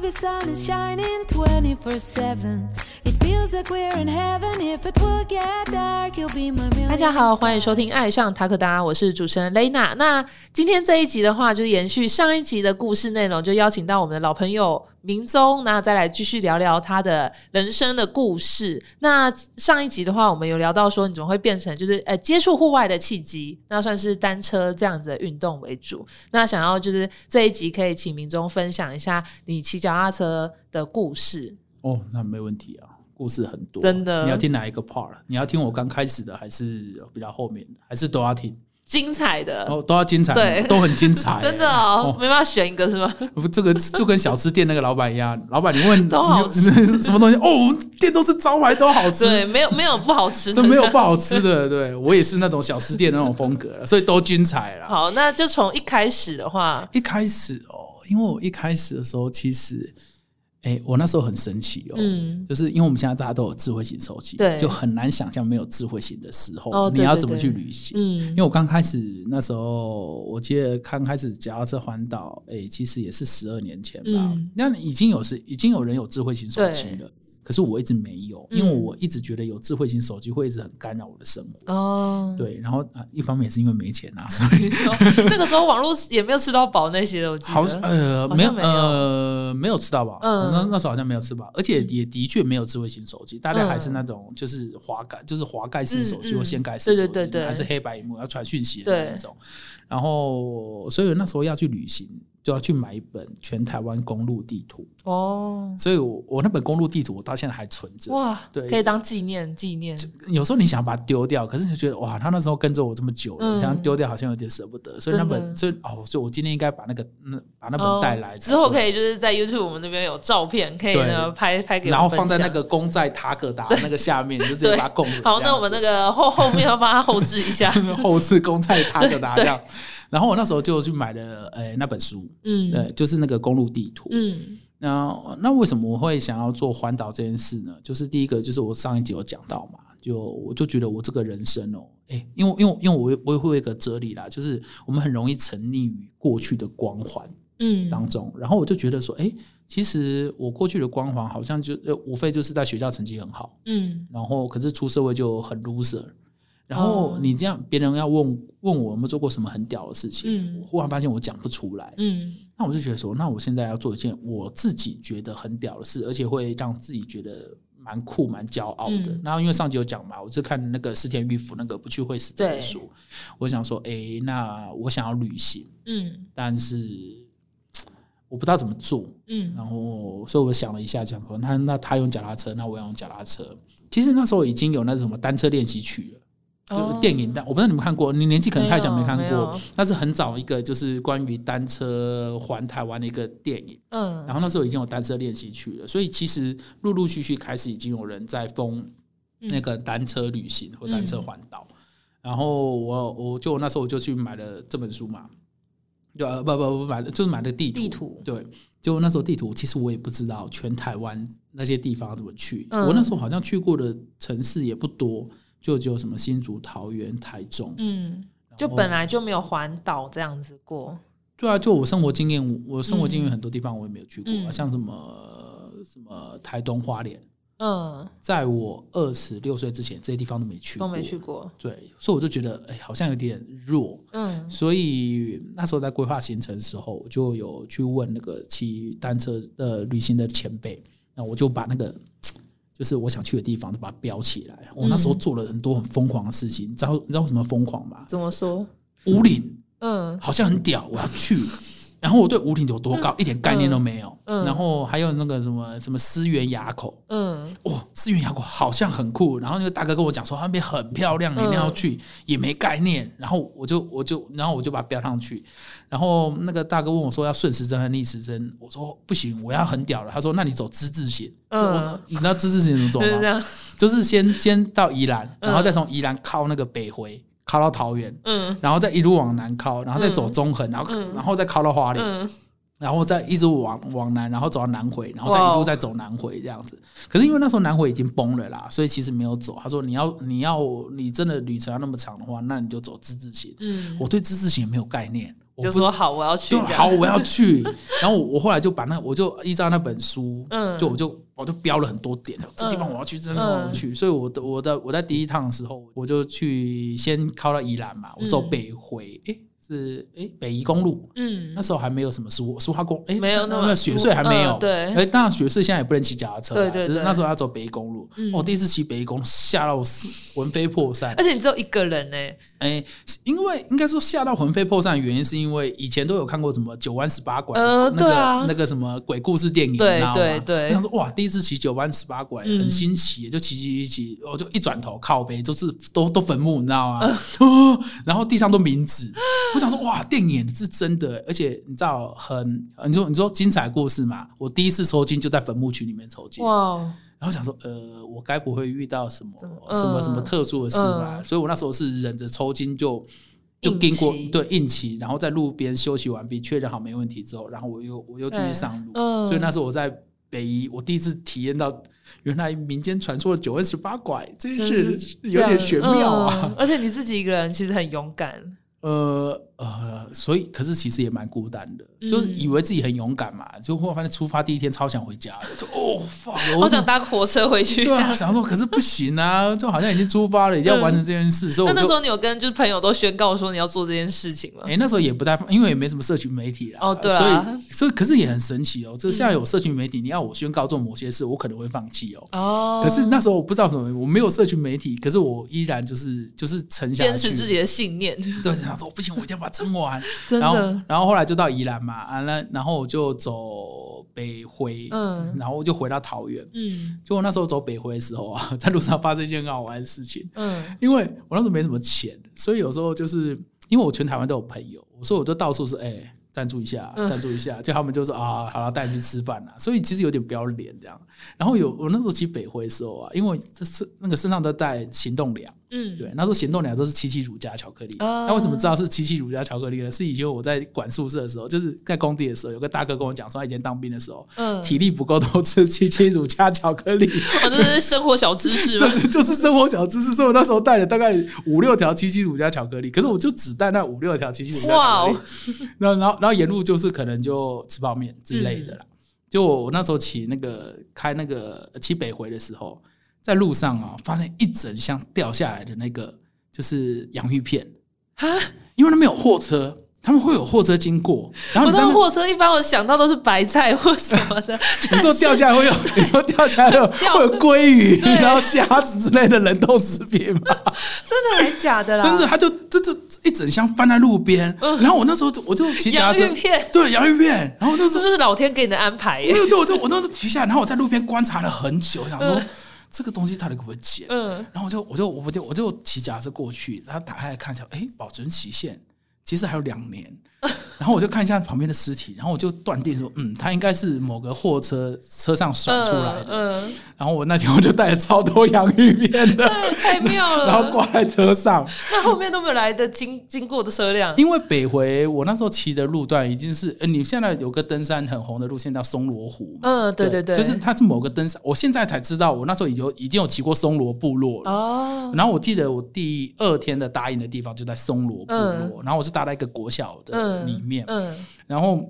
the sun is shining 24 7. It feels like we're in heaven. If it will get dark, you'll be my million. 大家好，欢迎收听《爱上塔可达》，我是主持人 Lena。那今天这一集的话，就是延续上一集的故事内容，就邀请到我们的老朋友明宗，那再来继续聊聊他的人生的故事。那上一集的话，我们有聊到说，你怎么会变成就是呃接触户外的契机，那算是单车这样子的运动为主。那想要就是这一集可以请明宗分享一下你骑脚踏车的故事。哦，那没问题啊，故事很多，真的你要听哪一个 part？你要听我刚开始的，还是比较后面的，还是都要听？精彩的，哦，都要精彩，呃对都很精 彩，真的哦，哦没办法选一个是吗？不，这个就跟小吃店那个老板一样，老板你问都好吃 什么东西？哦，我们店都是招牌，都好 对，啊吃，没有没有不好吃的，都没有不好吃的。对我也是那种小吃店那种风格，所以都精彩啦。好，那就从一开始的话，一开始哦，因为我一开始的时候，其实，哎、我那时候很神奇哦，嗯就是因为我们现在大家都有智慧型手机，对就很难想象没有智慧型的时候，哦对你要对怎么对去旅行？嗯因为我刚开始那时候，我记得刚开始脚踏车环岛，哎、其实也是十二年前吧嗯。那、已经有是已经有人有智慧型手机对了，可是我一直没有，嗯因为我一直觉得有智慧型手机会一直很干扰我的生活。 哦，对，然后啊，一方面也是因为没钱啊，所以你说那个时候网络也没有吃到饱那些的，我记好得。呃好像没有没有呃没有吃到吧？嗯那那时候好像没有吃饱，而且也的确没有智慧型手机，大家还是嗯那种就是滑盖就是滑盖式手机嗯嗯或掀盖式手对机，对对对还是黑白屏幕要传讯息的那种。然后，所以我那时候要去旅行，就要去买一本全台湾公路地图，哦，所以我我那本公路地图我到现在还存着。哇，呃对可以当纪念纪念，有时候你想把它丢掉，可是你就觉得哇，他那时候跟着我这么久了，嗯你想要丢掉好像有点舍不得，所以那真的本所以哦，所以我今天应该把那个嗯把那哦本带来之后对可以就是在 YouTube 我们那边有照片，可以对呢拍拍给我然后分放在那享个公在塔可达那个下面，你就直接把它供了。好，那我们那个后后面要帮他后置一 下，个后置公在塔可 达对对这样。然后我那时候就去买了诶、那本书，嗯对，就是那个公路地图。嗯那那为什么我会想要做环岛这件事呢？就是第一个，就是我上一集有讲到嘛，就我就觉得我这个人生哦，哎、因为因为因为我也我也会有一个哲理啦，就是我们很容易沉溺于过去的光环。嗯，当中，然后我就觉得说，哎、其实我过去的光环好像就呃，无非就是在学校成绩很好，嗯然后可是出社会就很 loser。然后哦你这样，别人要问问我有没有做过什么很屌的事情，嗯我忽然发现我讲不出来。嗯那我就觉得说，那我现在要做一件我自己觉得很屌的事，而且会让自己觉得蛮酷、蛮骄傲的。嗯然后因为上集有讲嘛，我是看那个四田玉夫那个不去会死的对本书，我想说，哎，那我想要旅行，嗯但是我不知道怎么做。嗯然后，所以我想了一下，讲说那那他用脚踏车，那我也用脚踏车。其实那时候已经有那什么单车练习曲了，哦就是电影但我不知道你们看过，你年纪可能太小没有看没过有。那是很早一个就是关于单车环台湾的一个电影，然嗯，后那时候已经有单车练习曲了，所以其实陆陆续续开始已经有人在封嗯那个单车旅行或单车环岛。然后我我就那时候我就去买了这本书嘛，就呃不不不买了就是买了地图地图对，结果那时候地图其实我也不知道全台湾那些地方怎么去，嗯我那时候好像去过的城市也不多，就只有什么新竹、桃园、台中，嗯，就本来就没有环岛这样子过，对啊，就我生活经验，我生活经验很多地方我也没有去过啊、嗯像什么什么台东、花莲，嗯，在我二十六岁之前，这些地方都没去都过，没去。过，对，所以我就觉得，哎、好像有点弱。嗯所以那时候在规划行程的时候，我就有去问那个骑单车的旅行的前辈，那我就把那个就是我想去的地方都把它标起来。我那时嗯候做了很多很疯狂的事情，你知道你知道为什么疯狂吗？怎么说？五岭嗯好像很屌，我要去。然后我对五岭有多高一点概念都没有。嗯嗯然后还有那个什么什么思源垭口，嗯哇，资源峡谷好像很酷。然后那个大哥跟我讲说，那边很漂亮，你一定要去，也没概念。然后我就我就然后我就把它标上去。然后那个大哥问我说要顺时针还是逆时针，我说不行，我要很屌了。他说那你走之字形。嗯嗯，你知道之字形怎么走就是这吗？样，就是先先到宜兰，嗯然后再从宜兰靠那个北回，靠到桃园。嗯然后再一路往南靠，然后再走嗯中横，然后、嗯然后再靠到花莲，嗯然后再一直往往南，然后走到南回，然后再一哇哦路再走南回这样子。可是因为那时候南回已经崩了啦，所以其实没有走。他说你要你要你真的旅程要那么长的话，那你就走之字形。嗯，我对之字形也没有概念，我我就不说好，我要去就这样。好，我要去。 然后我我后来就把那我就依照那本书，嗯就我就我就标了很多点，这地方我要去，这地方我要嗯去。所以我的我的我在第一趟的时候，我就去先靠到宜兰嘛，我走嗯北回，诶，是诶北宜公路，嗯那，时候还没有什么苏苏花公，诶，没有那那那么个雪穗还没有，嗯对诶，当然雪穗现在也不能骑脚踏车啦，对对只是对那时候要走北宜公路，哦嗯我第一次骑北宜公路，吓到我死魂飞魄散而。且你只有一个人呢、欸哎，因为应该说吓到魂飞魄散的原因，是因为以前都有看过什么九弯十八拐，呃那个对啊那个什么鬼故事电影，啊对你知道吗对对我想说哇，第一次骑九弯十八拐，嗯很新奇，就骑骑骑骑，哦我就一转头靠背都是 都都坟墓，你知道吗？呃哦， 然后地上都冥纸，我想说哇，电影是真的，而且你知道很，你说你说精彩故事嘛，我第一次抽筋就在坟墓区里面抽筋，哇，然后想说，呃，我该不会遇到什么么什么嗯什么特殊的事吧？嗯所以我那时候是忍着抽筋就就硬经过骑对硬骑，然后在路边休息完毕，确认好没问题之后，然后我又我又继续对上路。嗯所以那时候我在北一，我第一次体验到原来民间传说的九弯十八拐，真真是有点玄妙这样嗯啊。而且你自己一个人其实很勇敢，呃呃，所以可是其实也蛮孤单的，嗯就是以为自己很勇敢嘛，结果发现出发第一天超想回家的，就哦 fuck，好我怎想么搭火车回去。对啊， 想说可是不行啊，就好像已经出发了，一定要完成这件事，所以嗯那我那时就候你有跟就是朋友都宣告说你要做这件事情吗哎、？那时候也不太放，因为也没什么社群媒体啦。哦对啊嗯所以所以可是也很神奇哦，这现在有社群媒体，你要我宣告做某些事，我可能会放弃哦。哦，可是那时候我不知道怎么，我没有社群媒体，可是我依然就是就是沉下去，坚持自己的信念，对，想说不行，我一定要把它撑完。 真然后的，然后后来就到宜兰嘛，啊那然后我就走北回，嗯然后我就回到桃园。嗯结果那时候走北回的时候啊， 在路上发生一件很好玩的事情，嗯因为我那时候没什么钱，所以有时候就是因为我全台湾都有朋友，所以我就到处是哎赞、助一下，嗯赞助一下，就他们就说啊，好了，带你去吃饭啦。所以其实有点不要脸这样。然后有我那时候骑北回的时候啊，因为这是那个身上都带行动粮，嗯，对，那时候行动粮都是七七乳加巧克力。啊那为什么知道是七七乳加巧克力呢？是以前我在管宿舍的时候，就是在工地的时候，有个大哥跟我讲说，他以前当兵的时候。嗯，体力不够都吃七七乳加巧克力，哦，这是生活小知识嘛 这，是就是生活小知识。所以我那时候带了大概五六条七七乳加巧克力，可是我就只带那五六条七七乳加巧克力哇。哦然后然后然后沿路就是可能就吃泡面之类嗯的啦。就我那时候骑那个开那个骑北回的时候，在路上啊，发现一整箱掉下来的那个就是洋芋片，哈，因为那边有货车。他们会有货车经过，然我后你在当哦那，货车一般我想到都是白菜或什么的， 你说掉下 来会有，你说掉下来会有会有鲑鱼，对然后虾子之类的冷冻食品吗？真的还假的啦？真的，他就这这一整箱放在路边，然后我那时候就我就骑脚踏车洋芋嗯片，对洋芋片，然后那时这候就是老天给你的安排耶没。有对，我就我那时候骑下来，然后我在路边观察了很久，想说嗯这个东西到底可不可以捡，嗯，然后我就我就我就我就骑脚踏车过去，然后打开来看一下，哎，保存期限其实还有两年。嗯然后我就看一下旁边的尸体，然后我就断定说，嗯，它应该是某个货车车上甩出来的。嗯，然后我那天我就带了超多洋芋片的，嗯 太妙了。然后挂在车上。那后面都没有来的经经过的车辆，因为北回我那时候骑的路段已经是，呃，你现在有个登山很红的路线叫松罗湖嘛，嗯，对对对，就是它是某个登山，我现在才知道，我那时候已经有已经有骑过松罗部落了。哦，然后我记得我第二天的答应的地方就在松罗部落，然后我是搭在一个国小的嗯，里面，嗯，然后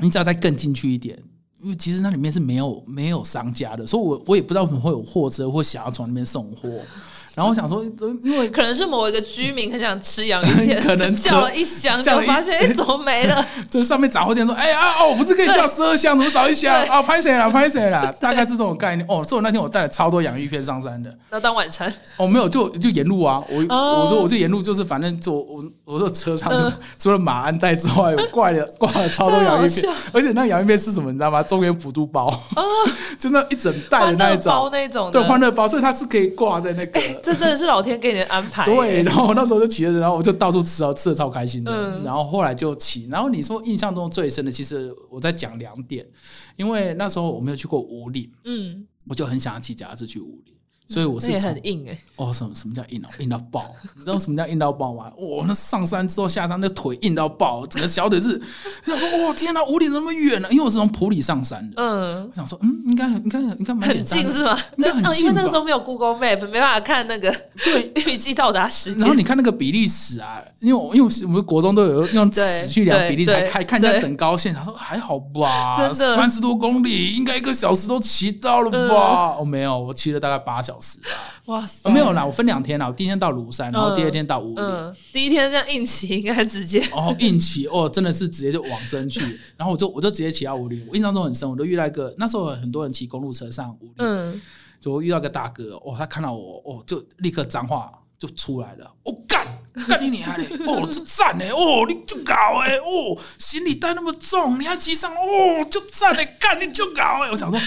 你只要再更进去一点，因为其实那里面是没有没有商家的，所以我我也不知道为什么会有货车或想要从那边送货，然后我想说， 因为可能是某一个居民很想吃洋芋 片，可能叫了一箱，叫就了一发现哎，怎么没了？就上面杂货店说，哎、呀、啊，哦，我不是可以叫十二箱，怎么少一箱对啊？拍谁啦？拍谁啦？大概是这种概念。哦，所以我那天我带了超多洋芋片上山的。 那当晚餐，哦，没有，就就沿路啊，我、哦嗯我说我就沿路就是反正坐我我说车上就、除了马鞍带之外，我挂了 挂了超多洋芋片啊太好，哦而且那洋芋片是什么你知道吗？中原普渡包， 就那一整袋的欢那乐一包种，那种的，对，欢乐包，所以它是可以挂在那个。这真的是老天给你的安排耶。欸对，然后我那时候就骑着，然后我就到处吃哦，吃的超开心的。嗯然后后来就骑，然后你说印象中最深的，其实我在讲两点，因为那时候我没有去过五岭，嗯，我就很想要骑脚踏车去五岭。所以我那是也从很硬哎、哦，什么什么叫硬到硬到爆？ 你知道什么叫硬到爆吗？哇、那上山之后下山，那腿硬到爆，整个小腿是，想说，哇、天哪、五里那么远呢、因为我是从普里上山的，嗯我，想说，嗯，应该很应该很应该蛮很简单近的是吗？应该很哦因为近那个时吧候没有 Google Map，没办法看那个 预计到达时然后间。你看那个比例尺啊，因为我因为我们国中都有用尺对去量比例对才开，看一下对等高线，他说还好 吧，真的三十多公里，应该一个小时都骑到了嗯吧？我、没有，我骑了大概八小时吧、哇塞，哦没有啦，我分两天啦，我第一天到庐山，然后嗯第二天到五里。嗯，第一天这样硬骑应该直接然后硬骑哦，真的是直接就往生去，然后我就我就直接骑到五里，我印象中很深，我就遇到一个那时候很多人骑公路车上五里，嗯，就我遇到一个大哥，哦，他看到我，哦，就立刻脏话就出来了，我、干干你娘嘞，哦，这赞嘞，哦，你就搞哎，哦，行李带那么重，你还骑上，哦，就赞嘞，干你就搞哎，我想说，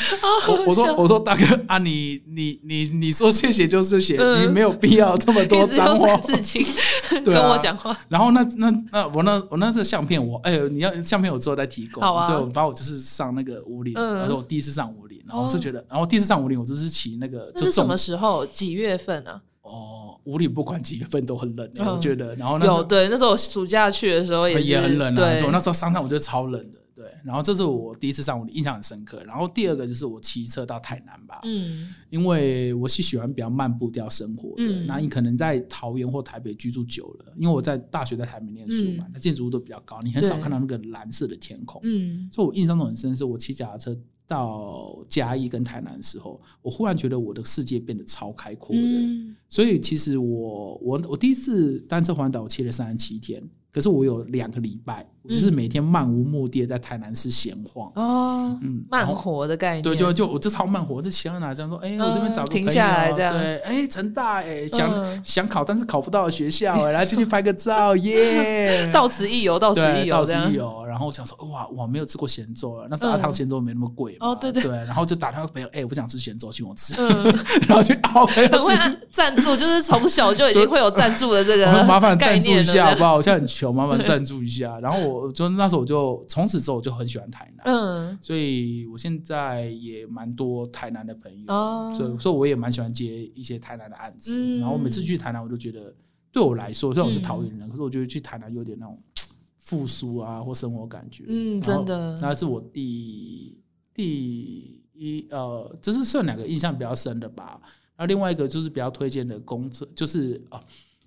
我我说我说大哥啊，你你你你说谢谢就谢谢，嗯你没有必要这么一多直脏用话三。字经 对跟啊我讲话，然后那那那我那我那这个相片我哎呦，你要相片我之后再提供。好啊对，我把我就是上那个五岭，嗯哦然后我第一次上五岭，然后我就觉得，然后第一次上五岭，我就是骑那个那就是什中么时候？几月份啊？哦，五岭不管几月份都很冷、欸嗯我觉得。然后哦那时候有对，那时候我暑假去的时候也也是很冷啊，对就我，那时候上山我觉得超冷的。对，然后这是我第一次上五岭，印象很深刻。然后第二个就是我骑车到台南吧，嗯因为我是喜欢比较慢步调生活的。嗯那你可能在桃园或台北居住久了，因为我在大学在台北念书嘛，嗯那建筑物都比较高，你很少对看到那个蓝色的天空。嗯，所以我印象中很深，是我骑脚踏车到嘉义跟台南的时候，我忽然觉得我的世界变得超开阔的。嗯所以其实我我我第一次单车环岛，我骑了三十七天，可是我有两个礼拜，我就是每天漫无目的地在台南市闲晃。嗯哦，嗯，然慢后活的概念，对，就就我就超慢活，我就想到哪这样说，哎、我这边找个朋嗯友，停下来这样对，哎、成大哎、想、嗯想考但是考不到的学校、哎，来进去拍个照，耶、 到此一游，到此对，一到游，此这样一。游。然后我想说，哇，我没有吃过咸粥啊，那时候阿汤嗯咸粥没那么贵嘛哦对对然后就打电话给朋友，哎、我想吃咸粥，请我吃，嗯， 然后就熬 回很会来吃。按赞助，就是从小就已经会有赞助的这个 我们麻 烦概赞助念一了这下好样不好？我现在很穷，麻烦赞助一下。然后我就那时候我就从此之后我就很喜欢台南，嗯，所以我现在也蛮多台南的朋友，哦所以所以我也蛮喜欢接一些台南的案子。嗯然后我每次去台南，我都觉得对我来说，虽然我是桃园嗯人，可是我觉得去台南有点那种复苏啊或生活感觉。嗯然后真的那是我第第一呃，就是算两个印象比较深的吧。然后另外一个就是比较推荐的公车，就是啊，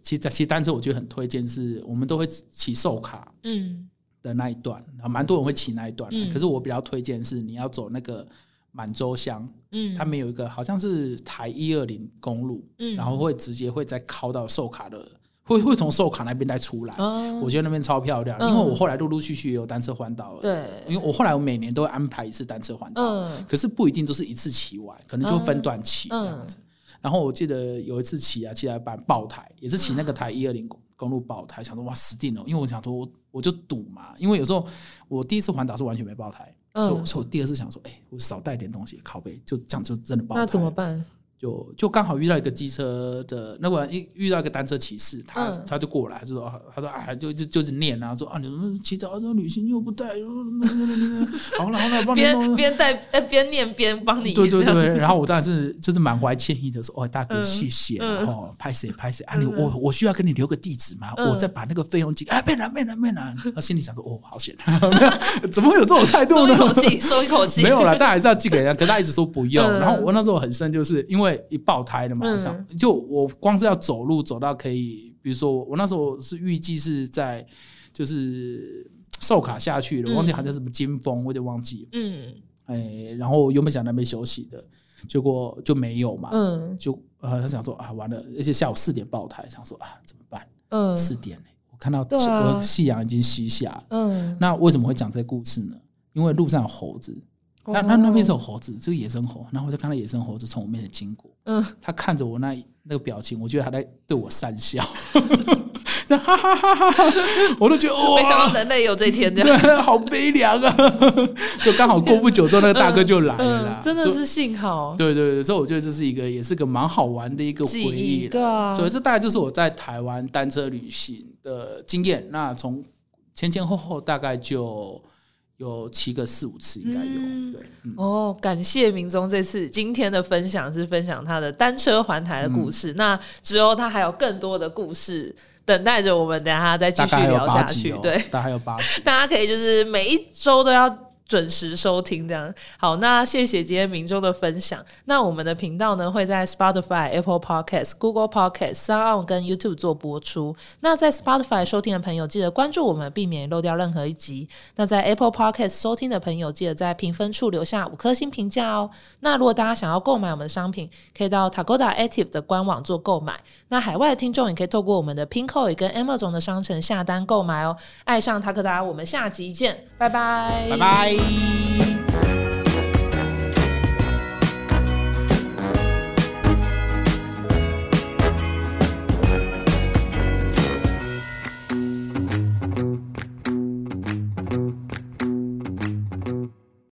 骑骑单车我觉得很推荐，是我们都会骑售卡。嗯的那一段，啊，蛮多人会骑那一段、嗯可是我比较推荐是你要走那个满洲乡，嗯，他们有一个好像是台一二零公路，嗯然后会直接会再靠到寿卡的，会会从寿卡那边再出来。哦我觉得那边超漂亮，嗯因为我后来陆陆续续也有单车环岛了。对，因为我后来我每年都会安排一次单车环岛，嗯可是不一定都是一次骑完，可能就分段骑这样子。然后我记得有一次骑啊，骑到一半爆胎，也是骑那个台一二零公路爆胎，想说哇死定了，因为我想说我我就赌嘛，因为有时候我第一次环岛是完全没爆胎，嗯所以我所以我第二次想说，哎、我少带点东西，靠背就这样就真的爆胎。那怎么？办？就就刚好遇到一个机车的，那个一遇到一个单车骑士，他、嗯他就过来，就说啊他说啊，就就就是念啊，说啊你们骑脚踏车旅行又不带， 好了好了，帮你弄边。边带呃边念边帮你，对对 对，然后我当然是就是满怀歉意的说：“哦，大哥，嗯谢谢啦嗯哦，拍谁拍谁啊，你我我需要跟你留个地址吗？嗯我再把那个费用寄。”哎，没啦没啦没啦，他心里想说：“哦，好险， 怎么会有这种态度松呢一？”口气，松一口气，没有啦，但还是要寄给 人家。可是他一直说不用。嗯然后我那时候很深，就是因为一爆胎了嘛，嗯这样就我光是要走路走到可以，比如说我我那时候是预计是在就是寿卡下去了，我忘记好像什么金峰，我有点忘记了。嗯哎，然后原本想在那边休息的，结果就没有嘛，嗯就呃，他想说啊，完了，而且下午四点爆胎，想说啊，怎么办？嗯四点嘞，我看到对啊我夕阳已经西下了。嗯，那为什么会讲这个故事呢？因为路上有猴子，哦那那那边是有猴子，就是野生猴，然后我就看到野生猴子从我面前经过，嗯，他看着我那那个表情，我觉得他在对我讪 笑，那哈哈哈哈哈，我都觉得哦，没想到人类有这一天，这样对， 好悲凉啊！就刚好过不久之后，那个大哥就来了啦嗯，真的所以是幸好，对对对，所以我觉得这是一个，也是个蛮好玩的一个回记忆忆，啦对啊，对，这大概就是我在台湾单车旅行的经验。那从前前后后大概就有骑个四五次应该有。嗯对，嗯哦，感谢明宗这次今天的分享是分享他的单车环台的故嗯事。那之后他还有更多的故事等待着我们，等一下再继大续概还有聊下八集去。哦，对，大概还有八 集。大家可以就是每一周都要准时收听这样。好，那谢谢今天明州的分享。那我们的频道呢会在 Spotify、Apple Podcast、Google Podcast、Sound 跟 YouTube 做播出。那在 Spotify 收听的朋友，记得关注我们，避免漏掉任何一集。那在 Apple Podcast 收听的朋友，记得在评分处留下五颗星评价哦。那如果大家想要购买我们的商品，可以到 Takoda Active 的官网做购买。那海外的听众也可以透过我们的 Pinkoi 跟 Amazon 的商城下单购买哦。爱上塔克达，我们下集见，拜拜，拜。拜。